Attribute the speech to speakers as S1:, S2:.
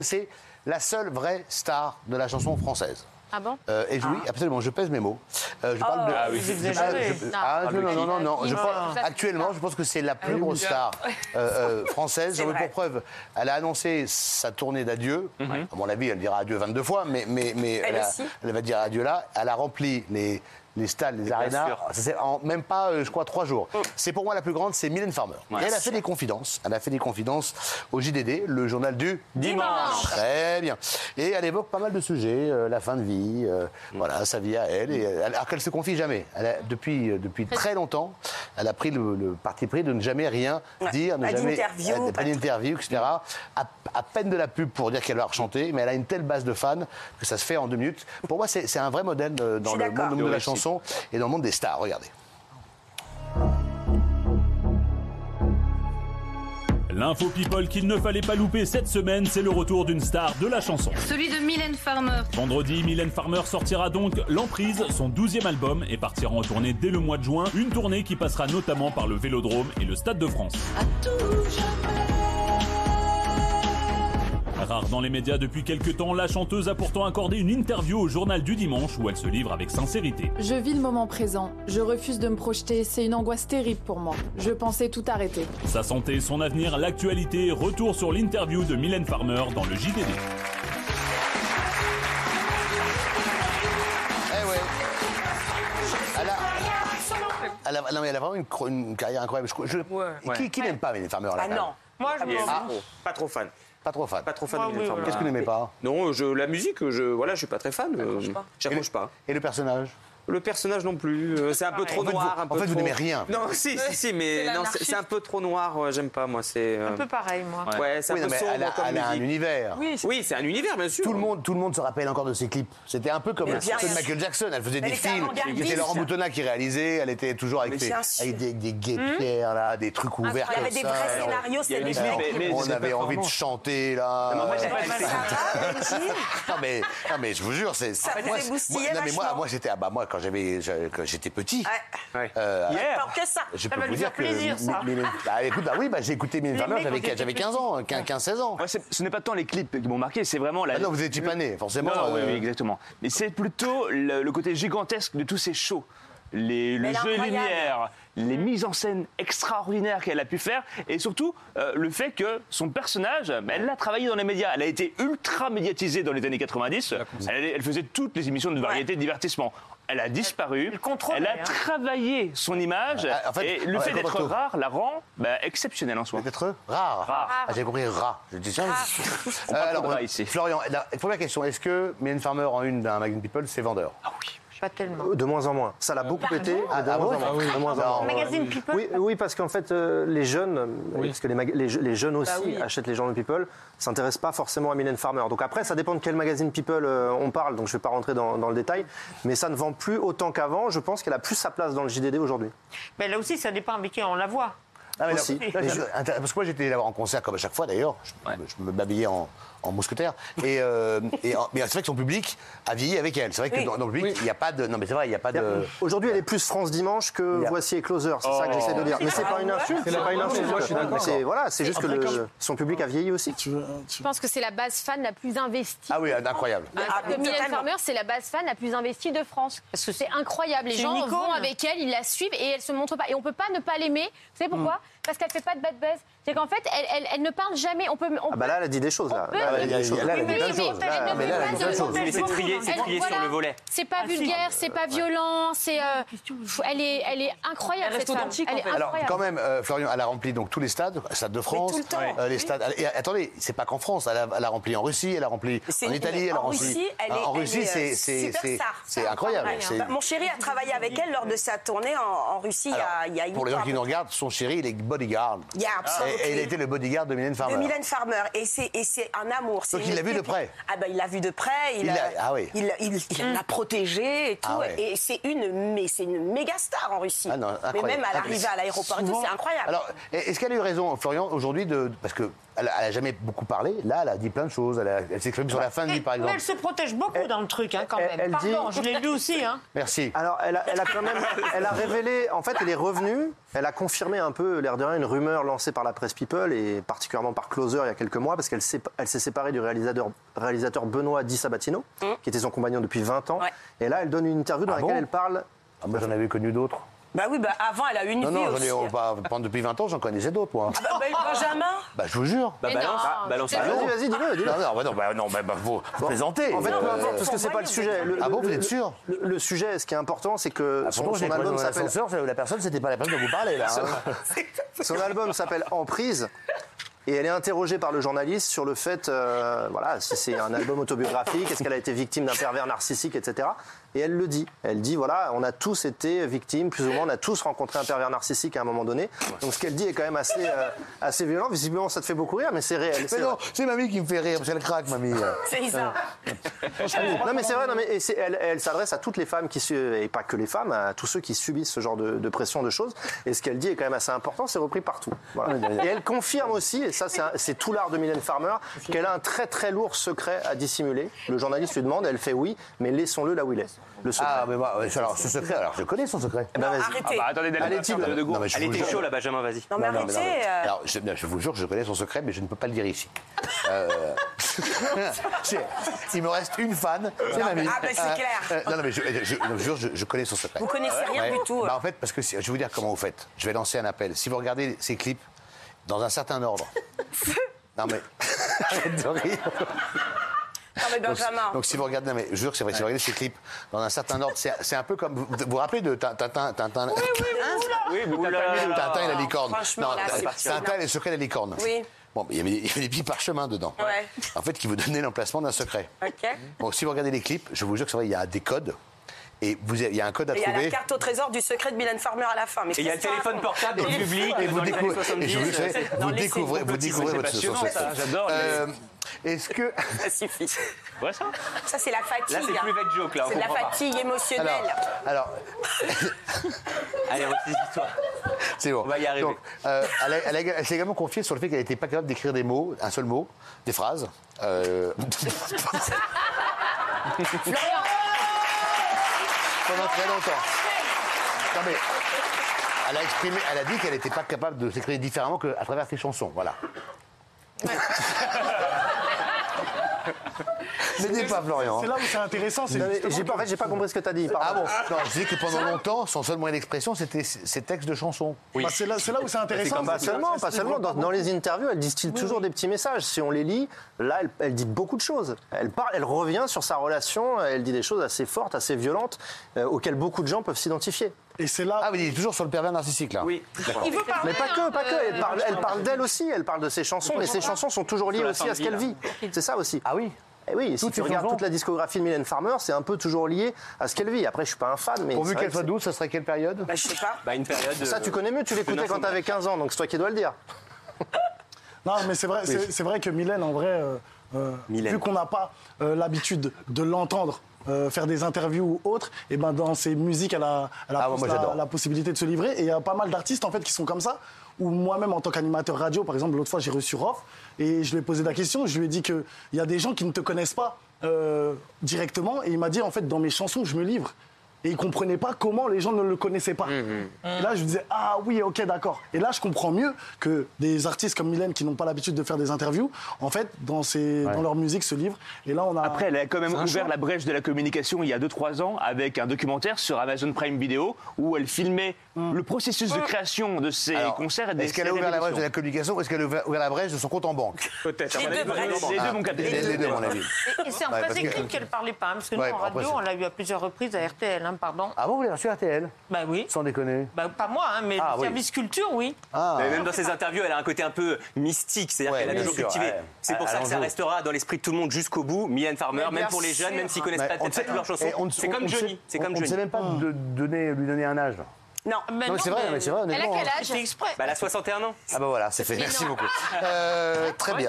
S1: C'est la seule vraie star de la chanson française.
S2: Ah bon
S1: Euh, et je- oui, absolument, je pèse mes mots. Euh, je parle de.
S3: Ah oui,
S1: je-
S3: vous
S1: je-
S3: exagérez.
S1: je-
S2: Non.
S1: ah, non, non, non, non, non,
S2: Il-
S1: je
S2: il-
S1: pense-
S2: il-
S1: actuellement, je pense que c'est la plus grosse star euh, euh, française. J'en veux pour preuve. Elle a annoncé sa tournée d'adieu. À mon avis, elle dira adieu 22 fois, mais, mais, mais elle, a-
S4: aussi.
S1: elle va dire adieu là. Elle a rempli les, les stades, les arénas.
S3: sûr.
S1: Ça, c'est en même pas, euh, je crois, trois jours.
S4: Oh.
S1: C'est pour moi la plus grande, c'est Mylène Farmer.
S3: Ouais.
S1: Et elle a fait des confidences. Elle a fait des confidences au JDD, le journal du
S3: Dimanche.
S1: Très bien. Et elle évoque pas mal de sujets, euh, la fin de vie, euh,
S4: Mm.
S1: voilà, sa vie à elle, et elle- alors qu'elle se confie jamais. Elle a- depuis, euh, depuis très longtemps, elle a pris le, le parti pris de ne jamais rien dire, ne
S4: Pas
S1: jamais
S4: d'interview,
S1: euh, pas
S4: pas de-
S1: d'interview, etc. À, à peine de la pub pour dire qu'elle va rechanter, mais elle a une telle base de fans que ça se fait en deux minutes. Pour moi, c'est c'est un vrai modèle euh, dans
S4: suis
S1: le
S4: d'accord.
S1: monde de
S3: De
S1: la
S3: réussite.
S1: chanson et dans le monde des stars. Regardez.
S5: L'info people qu'il ne fallait pas louper cette semaine, c'est le retour d'une star de la chanson.
S6: Celui de Mylène Farmer.
S5: Vendredi, Mylène Farmer sortira donc L'Emprise, son 12e album, et partira en tournée dès le mois de juin, une tournée qui passera notamment par le Vélodrome et le Stade de France. Rare dans les médias depuis quelques temps, la chanteuse a pourtant accordé une interview au journal du dimanche où elle se livre avec sincérité.
S7: Je vis le moment présent, je refuse de me projeter, c'est une angoisse terrible pour moi. Je pensais tout arrêter.
S5: Sa santé, son avenir, l'actualité, retour sur l'interview de Mylène Farmer dans le JDD.
S1: Eh ouais. Elle a... Elle a- non, mais elle a vraiment une, cro- une carrière incroyable. Je- je- Qui, qui n'aime pas Mylène Farmer là,
S4: Ah
S1: quand même
S4: non.
S3: Moi, je
S4: m'en
S3: Ah,
S8: Ah, oh.
S3: Pas trop fan.
S1: Pas trop fan.
S3: Pas trop fan
S2: Moi,
S3: de Mylène
S2: oui,
S3: Farmer.
S2: voilà.
S1: Qu'est-ce que vous n'aimez pas
S3: Non, je, la musique, je, voilà, je suis pas très fan. euh,
S4: pas.
S3: J'accroche pas.
S1: Et le personnage
S3: Le personnage non plus. euh, C'est
S8: Ah
S3: un peu
S2: Pareil.
S3: trop
S1: En fait,
S3: noir.
S1: vous-
S3: un
S1: en
S3: peu
S1: fait, vous
S3: trop-
S1: n'aimez rien.
S3: Non, si, si, si, mais
S2: C'est
S3: non, c'est
S2: l'anarchiste.
S3: c'est un peu trop noir. ouais, J'aime pas, moi. C'est. euh,
S2: Un peu pareil, moi.
S3: Ouais, c'est un
S1: Oui, non,
S3: peu
S1: mais
S3: sombre
S1: elle a,
S3: comme
S1: elle a un
S3: musique.
S1: univers.
S4: Oui, c'est-
S3: Oui, c'est un univers, bien sûr.
S1: Tout le, monde, tout le monde se rappelle encore de ses clips. C'était un peu comme
S4: Mais
S1: la
S4: bien
S1: sortie de
S4: sûr.
S1: Michael Jackson. Elle faisait
S4: Elle
S1: des
S4: était
S1: films.
S4: avant-gardiste.
S1: C'était Laurent Boutonnat qui réalisait. Elle était toujours avec,
S3: Mais
S1: des,
S4: bien sûr. Mmh.
S1: avec des, des guêpières, là, des trucs ouverts
S4: il y
S1: comme
S4: avait des vrais
S1: ça. euh,
S4: scénarios,
S3: il y a
S4: c'était
S3: une
S4: des
S3: équipe,
S4: vrais
S3: mais- mais-
S1: on
S3: des
S1: avait envie de
S3: performances.
S1: chanter là.
S3: Mais en fait, j'ai pas
S4: Sarah,
S3: aimé.
S4: Benji,
S1: Non mais, non mais je vous jure, c'est
S4: Ça faisait
S1: moi, c'est-
S4: boustiller
S1: moi- non, mais moi,
S4: vachement.
S1: moi j'étais ah bah moi quand j'avais je- quand j'étais petit.
S4: Ouais.
S3: Ouais.
S1: euh,
S3: Hier.
S4: Tant que ça.
S1: Je
S2: Ça
S1: peux
S2: va
S1: vous
S2: lui
S1: dire
S2: faire
S1: que
S2: plaisir, ça.
S1: Mi- Mylène- bah, écoute, bah oui, bah, j'ai écouté Mylène Farmer,
S2: mecs,
S1: j'avais
S2: quand t'étais
S1: j'avais
S2: petit.
S1: 15 ans, 15-16 ans.
S9: Moi, Ah, c'est- ce n'est pas tant les clips qui m'ont marqué, c'est vraiment la.
S1: Ah non, vous étiez pas né, forcément.
S9: Non, oui,
S1: euh,
S9: oui, exactement. Mais c'est plutôt le, le côté gigantesque de tous ces shows. Les, le
S4: Elle est
S9: jeu
S4: incroyable.
S9: lumière, les mises en scène extraordinaires qu'elle a pu faire, et surtout euh, le fait que son personnage, bah, elle l'a travaillé dans les médias. Elle a été ultra médiatisée dans les années 90. Elle, elle faisait toutes les émissions de variété, de divertissement. Elle a disparu.
S2: Elle contrôlait,
S9: Elle a
S2: hein.
S9: travaillé son image.
S1: Ah, en fait,
S9: et le
S1: ouais,
S9: fait
S1: quand on
S9: d'être
S1: retrouve-
S9: rare la rend bah, exceptionnelle en soi.
S1: Peut-être rare.
S9: Rare.
S1: Ah, j'ai compris rat. Je dis tiens.
S9: On
S1: Euh,
S9: parle
S1: alors,
S9: de rat
S1: euh,
S9: ici.
S1: Florian, la première question, est-ce que Mylène Farmer en une d'un magazine People, c'est vendeur
S9: Ah,
S2: Pas tellement.
S8: De moins en moins. Ça l'a beaucoup pété. mais de
S1: Ah
S8: moins
S1: bon
S8: en moins. De moins en
S1: Non.
S8: moins.
S2: Magazine People
S8: Oui, oui, parce qu'en fait, euh, les jeunes, euh, parce que les, maga- les je- les jeunes aussi achètent les journaux People, s'intéressent pas forcément à Mylène Farmer. Donc après, ça dépend de quel magazine People euh, on parle, donc je vais pas rentrer dans, dans le détail, mais ça ne vend plus autant qu'avant. Je pense qu'elle a plus sa place dans le JDD aujourd'hui.
S2: Mais là aussi, ça dépend avec qui on la voit.
S1: Ah, mais là-
S8: Aussi.
S1: là, je- intér- parce que moi j'étais là en concert comme à chaque fois d'ailleurs, je, je me m'habillais en, en mousquetaire. Et, euh, et en- mais c'est vrai que son public a vieilli avec elle. C'est vrai que dans, dans le public, il n'y a pas de. Non mais c'est vrai, il n'y a pas de.
S8: Aujourd'hui, elle est plus France Dimanche que
S1: Yeah.
S8: Voici et Closer. C'est ça que j'essaie de dire. Mais c'est pas une insulte. C'est pas une insulte.
S10: moi, je suis d'accord.
S8: C'est- Voilà, c'est juste que le- son public a vieilli aussi.
S10: Tu veux- tu-
S6: Je pense que c'est la base fan la plus investie.
S1: Ah oui, incroyable.
S6: Alors
S4: Ah,
S6: que
S4: mais
S6: Mylène
S4: totalement.
S6: Farmer, c'est la base fan la plus investie de France. Parce que c'est incroyable. Les
S2: C'est
S6: gens
S2: une icône.
S6: vont avec elle, ils la suivent et elle se montre pas. Et on peut pas ne pas l'aimer. Vous savez pourquoi Parce qu'elle fait pas de bad buzz. C'est qu'en fait, elle, elle- elle ne parle jamais. On peut. on
S8: Ah bah là, elle a dit des choses. Là,
S6: peut-
S8: Là, elle a dit des choses.
S1: Là, elle a dit
S6: peut-
S1: plein de
S6: oui,
S1: choses.
S6: mais elle
S1: Là,
S6: ne
S1: mais là, elle a dit plein
S6: veut
S1: de
S6: pas
S1: choses.
S6: de-
S3: Mais c'est trié, c'est
S6: Elle-
S3: trié sur
S6: voilà.
S3: le volet.
S6: C'est pas
S2: Ah, si.
S6: vulgaire, c'est pas violent, c'est. euh, pff, elle est, elle est incroyable.
S2: Elle reste
S6: cette femme.
S2: authentique,
S6: Elle
S2: en
S6: est
S2: fait.
S1: Alors,
S6: incroyable.
S1: quand même, euh, Florian, elle a rempli donc tous les stades, stade de France,
S4: tout le temps.
S1: euh, les stades. Et attendez, c'est pas qu'en France, elle a, elle a rempli en Russie, elle a rempli
S4: C'est-
S1: en Italie, elle a
S4: en
S1: rempli Ah,
S4: Russie, elle
S1: en
S4: est-
S1: Russie,
S4: elle est,
S1: c'est
S4: euh,
S1: c'est- c'est-
S4: superstar.
S1: c'est incroyable.
S4: Bah,
S1: C'est-
S4: Mon chéri a travaillé avec elle lors de sa tournée en, en Russie il y a- il y a
S1: pour les gens qui nous regardent, son chéri, il est bodyguard.
S4: Il y a absolument-
S1: Et, et il était le bodyguard de Mylène Farmer.
S4: de Mylène Farmer. Et c'est, et c'est un amour. c'est
S1: Donc,
S4: une
S1: il l'a vue de
S4: équipe-
S1: près.
S4: Ah ben il l'a vue de près. Il,
S1: Il
S4: a-
S1: l'a- ah oui.
S4: il, il- il l'a protégée et tout.
S1: Ah ouais.
S4: Et c'est une, mais c'est une méga star en Russie.
S1: Ah non,
S4: mais
S1: incroyable.
S4: même à
S1: Ah, mais
S4: l'arrivée à l'aéroport et tout,
S1: souvent-
S4: c'est incroyable.
S1: Alors, est-ce qu'elle a eu raison, Florian, aujourd'hui, de parce que elle, elle a jamais beaucoup parlé. Là, elle a dit plein de choses. Elle, a- elle s'exprime sur la fin de vie, par
S2: Eh, Mais
S1: exemple.
S2: elle se protège beaucoup dans le truc, hein, quand
S8: elle-
S2: même.
S8: elle dit-
S2: Pardon, je l'ai lu aussi. Hein.
S1: Merci.
S8: Alors, elle a, elle a quand même, elle a révélé, en fait, elle est revenue, elle a confirmé un peu, l'air de rien, une rumeur lancée par la presse People et particulièrement par Closer il y a quelques mois, parce qu'elle s'est, elle s'est séparée du réalisateur, réalisateur Benoît Di Sabatino, qui était son compagnon depuis 20 ans.
S4: Ouais.
S8: Et là, elle donne une interview dans
S1: Ah
S8: laquelle
S1: bon
S8: elle parle.
S1: Ah, moi, j'en avais connu d'autres.
S4: Bah oui, bah avant, elle a eu une
S1: Non,
S4: vie
S1: non, j'en
S4: aussi.
S1: ai oh, bah, pendant- depuis 20 ans, j'en connaissais d'autres, moi.
S4: Bah, bah, Benjamin
S1: Bah, je vous jure.
S9: Bah,
S6: Mais
S9: balance,
S6: non,
S9: ah, balance.
S6: c'est
S9: Ah,
S1: Ah
S9: non.
S1: bon
S8: Vas-y, vas-y, dis-le, dis-le.
S1: Non, non, bah, non, bah, non, bah, bah, faut, faut plaisanter.
S8: En fait,
S1: Euh,
S8: peu importe, parce que c'est pas le
S4: Voyons,
S8: sujet. Le-
S1: Ah bon,
S8: le-
S1: vous êtes sûr
S8: le, le sujet, ce qui est important, c'est que
S1: Ah,
S8: son,
S1: pourtant, j'ai
S8: son
S1: pas
S8: album
S1: dans
S8: s'appelle
S1: l'ascenseur, c'est- la personne, c'était pas la personne dont vous parlez, là. hein.
S8: Son album s'appelle Emprise. Et elle est interrogée par le journaliste sur le fait, euh, voilà, si c'est un album autobiographique, est-ce qu'elle a été victime d'un pervers narcissique, etc. Et elle le dit. Elle dit, voilà, on a tous été victimes, plus ou moins, on a tous rencontré un pervers narcissique à un moment donné. Donc ce qu'elle dit est quand même assez, euh, assez violent. Visiblement, ça te fait beaucoup rire, mais c'est réel.
S1: Mais
S8: c'est
S1: non,
S8: vrai.
S1: c'est mamie qui me fait rire, parce qu'elle craque, mamie.
S4: C'est
S1: Euh,
S4: ça.
S8: Non mais c'est vrai, non, mais et c'est- elle, elle s'adresse à toutes les femmes qui su- et pas que les femmes, à tous ceux qui subissent ce genre de, de pression de choses. Et ce qu'elle dit est quand même assez important, c'est repris partout. Voilà. Et elle confirme aussi, et ça c'est un- c'est tout l'art de Mylène Farmer, qu'elle a un très très lourd secret à dissimuler. Le journaliste lui demande, elle fait oui, mais laissons-le là où il est. Le secret.
S1: Ah, mais bah, ouais, alors, ce secret, alors, je connais son secret.
S8: Eh ben, vas-y.
S9: Ah
S4: Arrêtez.
S9: bah attendez, d'aller
S8: Allez, Tim.
S9: de, de goût.
S1: Non, mais je
S9: Elle
S1: vous
S9: était
S1: jure.
S9: chaude, la Benjamin, vas-y.
S4: Non, mais
S1: Non, non, mais
S4: arrêtez.
S1: non, mais-
S4: euh,
S1: Alors, je, non, je vous jure, je connais son secret, mais je ne peux pas le dire ici. Euh, je- Il me reste une fan, c'est
S4: Non,
S1: mamie.
S4: mais- ah, mais c'est
S1: Euh,
S4: clair.
S1: euh, non, non, mais je, je- non, je jure, je, je connais son secret.
S4: Vous connaissez rien
S1: Ouais.
S4: du tout. euh.
S1: Bah, en fait, parce que si- je vais vous dire comment vous faites. Je vais lancer un appel. Si vous regardez ces clips dans un certain ordre. Non, mais. Arrête de rire.
S4: Non, mais
S1: Donc,
S4: Benjamin.
S1: donc, si vous regardez, non, mais je jure que c'est vrai, si vous regardez ces clips dans un certain ordre, c'est c'est un peu comme. Vous vous vous rappelez de Tintin Tintin, hein,
S9: Oui, mais t'as
S1: Tintin
S9: pas mis le-
S1: et la licorne.
S4: Euh, franchement, là, c'est parti.
S1: Tintin et le secret de la licorne.
S4: Oui.
S1: Bon, mais il y avait, il y avait des petits parchemins dedans.
S4: Ouais.
S1: En fait, qui vous donnaient l'emplacement d'un secret.
S4: Ok.
S1: Bon, si vous regardez les clips, je vous jure que c'est vrai, il y a des codes. Et vous, avez- il y a un code à
S4: Et il y a la
S1: trouver.
S4: carte au trésor du secret de Mylène Farmer à la fin. Mais
S9: Et il y a le
S4: qu'est-ce qu'on
S9: téléphone
S4: raconte
S9: portable dans le public
S1: Et
S9: dans
S1: vous
S9: les années
S1: découvrez, et je vous
S9: 70.
S1: jure, vous
S4: les
S1: découvrez, vous
S9: complotistes,
S1: découvrez
S9: c'est
S1: votre
S9: passionnant,
S1: secret.
S9: ça, j'adore les-
S1: Euh, Est-ce que.
S4: Ça suffit.
S9: Ouais, ça
S4: Ça, c'est la fatigue.
S9: Là, c'est plus
S4: hein.
S9: bête joke, là. on
S4: C'est de la
S9: comprend pas.
S4: fatigue
S1: Alors,
S4: émotionnelle.
S1: alors
S9: Allez, ressaisis-toi.
S1: C'est bon.
S9: On va y arriver.
S1: Donc, euh, elle a- elle a- elle s'est également confiée sur le fait qu'elle n'était pas capable d'écrire des mots, un seul mot, des phrases. Euh, Pendant très longtemps. Non, mais elle a exprimé, elle a dit qu'elle n'était pas capable de s'écrire différemment qu'à travers ses chansons. Voilà. N'aidez pas Florian.
S10: C'est
S1: hein.
S10: là où c'est intéressant, c'est
S8: Non, mais
S10: justement
S8: j'ai pas- en fait, j'ai pas compris ce que t'as dit. pardon.
S1: Ah bon Non, je dis que pendant longtemps, son seul moyen d'expression, c'était ses textes de chansons.
S10: Bah, c'est là, c'est là où c'est intéressant.
S8: Pas seulement, pas seulement. Dans, dans les interviews, elle distille toujours des petits messages. Si on les lit, là, elle, elle dit beaucoup de choses. Elle parle, elle revient sur sa relation. Elle dit des choses assez fortes, assez violentes, euh, auxquelles beaucoup de gens peuvent s'identifier.
S10: Et c'est là.
S1: Ah, mais il est toujours sur le pervers narcissique, là.
S9: Oui.
S2: Il veut parler.
S8: Mais pas que, pas que. Elle parle, elle parle d'elle aussi. Elle parle de ses chansons, mais ses chansons sont toujours liées
S9: la
S8: aussi à ce
S9: fin de
S8: qu'elle
S9: vie,
S8: vit. C'est ça aussi.
S1: Ah oui
S8: Et oui, si
S1: Toutes
S8: tu
S1: ces
S8: regardes
S1: chansons
S8: toute la discographie de Mylène Farmer, c'est un peu toujours lié à ce qu'elle vit. Après, je suis pas un fan, mais c'est
S1: Pourvu
S8: vrai
S1: qu'elle
S8: que
S1: soit
S8: c'est-
S1: douce, ça serait quelle période
S4: Bah, je sais pas.
S9: Bah, une période.
S8: Ça, tu connais mieux. Tu l'écoutais quand t'avais 15 ans, donc c'est toi qui dois le dire.
S10: Non, mais c'est vrai, c'est- c'est vrai que Mylène, en vrai, euh, euh,
S3: Mylène.
S10: vu qu'on n'a pas euh, l'habitude de l'entendre. euh, faire des interviews ou autres, et ben dans ses musiques, elle a, elle a
S1: Ah ouais, moi,
S10: la-
S1: j'adore.
S10: la, possibilité de se livrer. Et il y a pas mal d'artistes en fait qui sont comme ça. Ou moi-même en tant qu'animateur radio, par exemple, l'autre fois j'ai reçu Rof et je lui ai posé la question. Je lui ai dit que il y a des gens qui ne te connaissent pas euh, directement, et il m'a dit en fait dans mes chansons je me livre. Et il comprenait pas comment les gens ne le connaissaient pas.
S8: Mmh.
S10: Et là, je me disais, ah oui, ok, d'accord. Et là, je comprends mieux que des artistes comme Mylène qui n'ont pas l'habitude de faire des interviews, en fait, dans, ses, dans leur musique, se livrent. Et là, on a.
S9: Après, elle a quand même
S10: C'est un
S9: ouvert
S10: choix.
S9: la brèche de la communication il y a 2-3 ans avec un documentaire sur Amazon Prime Video où elle filmait
S10: Hum.
S9: le processus de création de ses
S1: Alors,
S9: concerts et des
S1: Est-ce qu'elle a ouvert la brèche de
S9: émissions.
S1: la communication ou est-ce qu'elle a ouvert ouvert la brèche de son compte en banque Ah,
S3: Peut-être.
S4: Les deux brèches.
S9: Les
S10: Ah.
S9: deux, mon capitaine.
S1: Les les deux, à mon avis.
S2: Et c'est en
S1: Ouais,
S2: face
S1: parce que-
S2: écrit qu'elle parlait pas. hein, Parce que
S1: Ouais,
S2: nous, en
S1: bah, après,
S2: radio,
S1: c'est-
S2: on l'a eu à plusieurs reprises à RTL, hein, pardon.
S1: Ah bon, vous l'avez reçu à RTL
S2: Bah oui.
S1: Sans déconner.
S2: Bah, pas moi, hein, mais
S1: Ah,
S2: le
S1: oui.
S2: service culture, oui.
S1: Ah,
S3: Mais même dans ses interviews, elle a un côté un peu mystique, c'est-à-dire
S1: Ouais,
S3: qu'elle a
S1: bien
S3: toujours
S1: sûr,
S3: cultivé.
S1: ouais. Ah,
S3: C'est pour
S1: Elle-
S3: ça que
S1: elle
S3: ça
S1: en joue.
S3: restera dans l'esprit de tout le monde jusqu'au bout. Mylène Farmer,
S4: Mais
S3: même
S4: bien
S3: pour les
S4: sûr,
S3: jeunes, même s'ils
S4: hein.
S3: connaissent
S1: mais
S3: pas
S1: on ne
S3: peut-être pas
S1: sait-
S3: toutes leurs chansons.
S1: et on ne-
S3: C'est
S1: on- on
S3: comme
S1: ne sait-
S3: Johnny. C'est
S1: on-
S3: comme
S1: On ne sait
S3: Johnny.
S1: même pas de donner, lui donner un âge.
S4: Non.
S2: Mais
S1: Non, mais c'est vrai, mais c'est vrai,
S6: Elle a
S1: honnêtement.
S6: quel
S1: hein.
S6: âge
S2: C'était exprès.
S3: Bah, elle a 61 ans.
S1: Ah bah voilà, c'est fait.
S6: Mais
S1: Merci
S6: non.
S1: beaucoup. Euh, Très bien.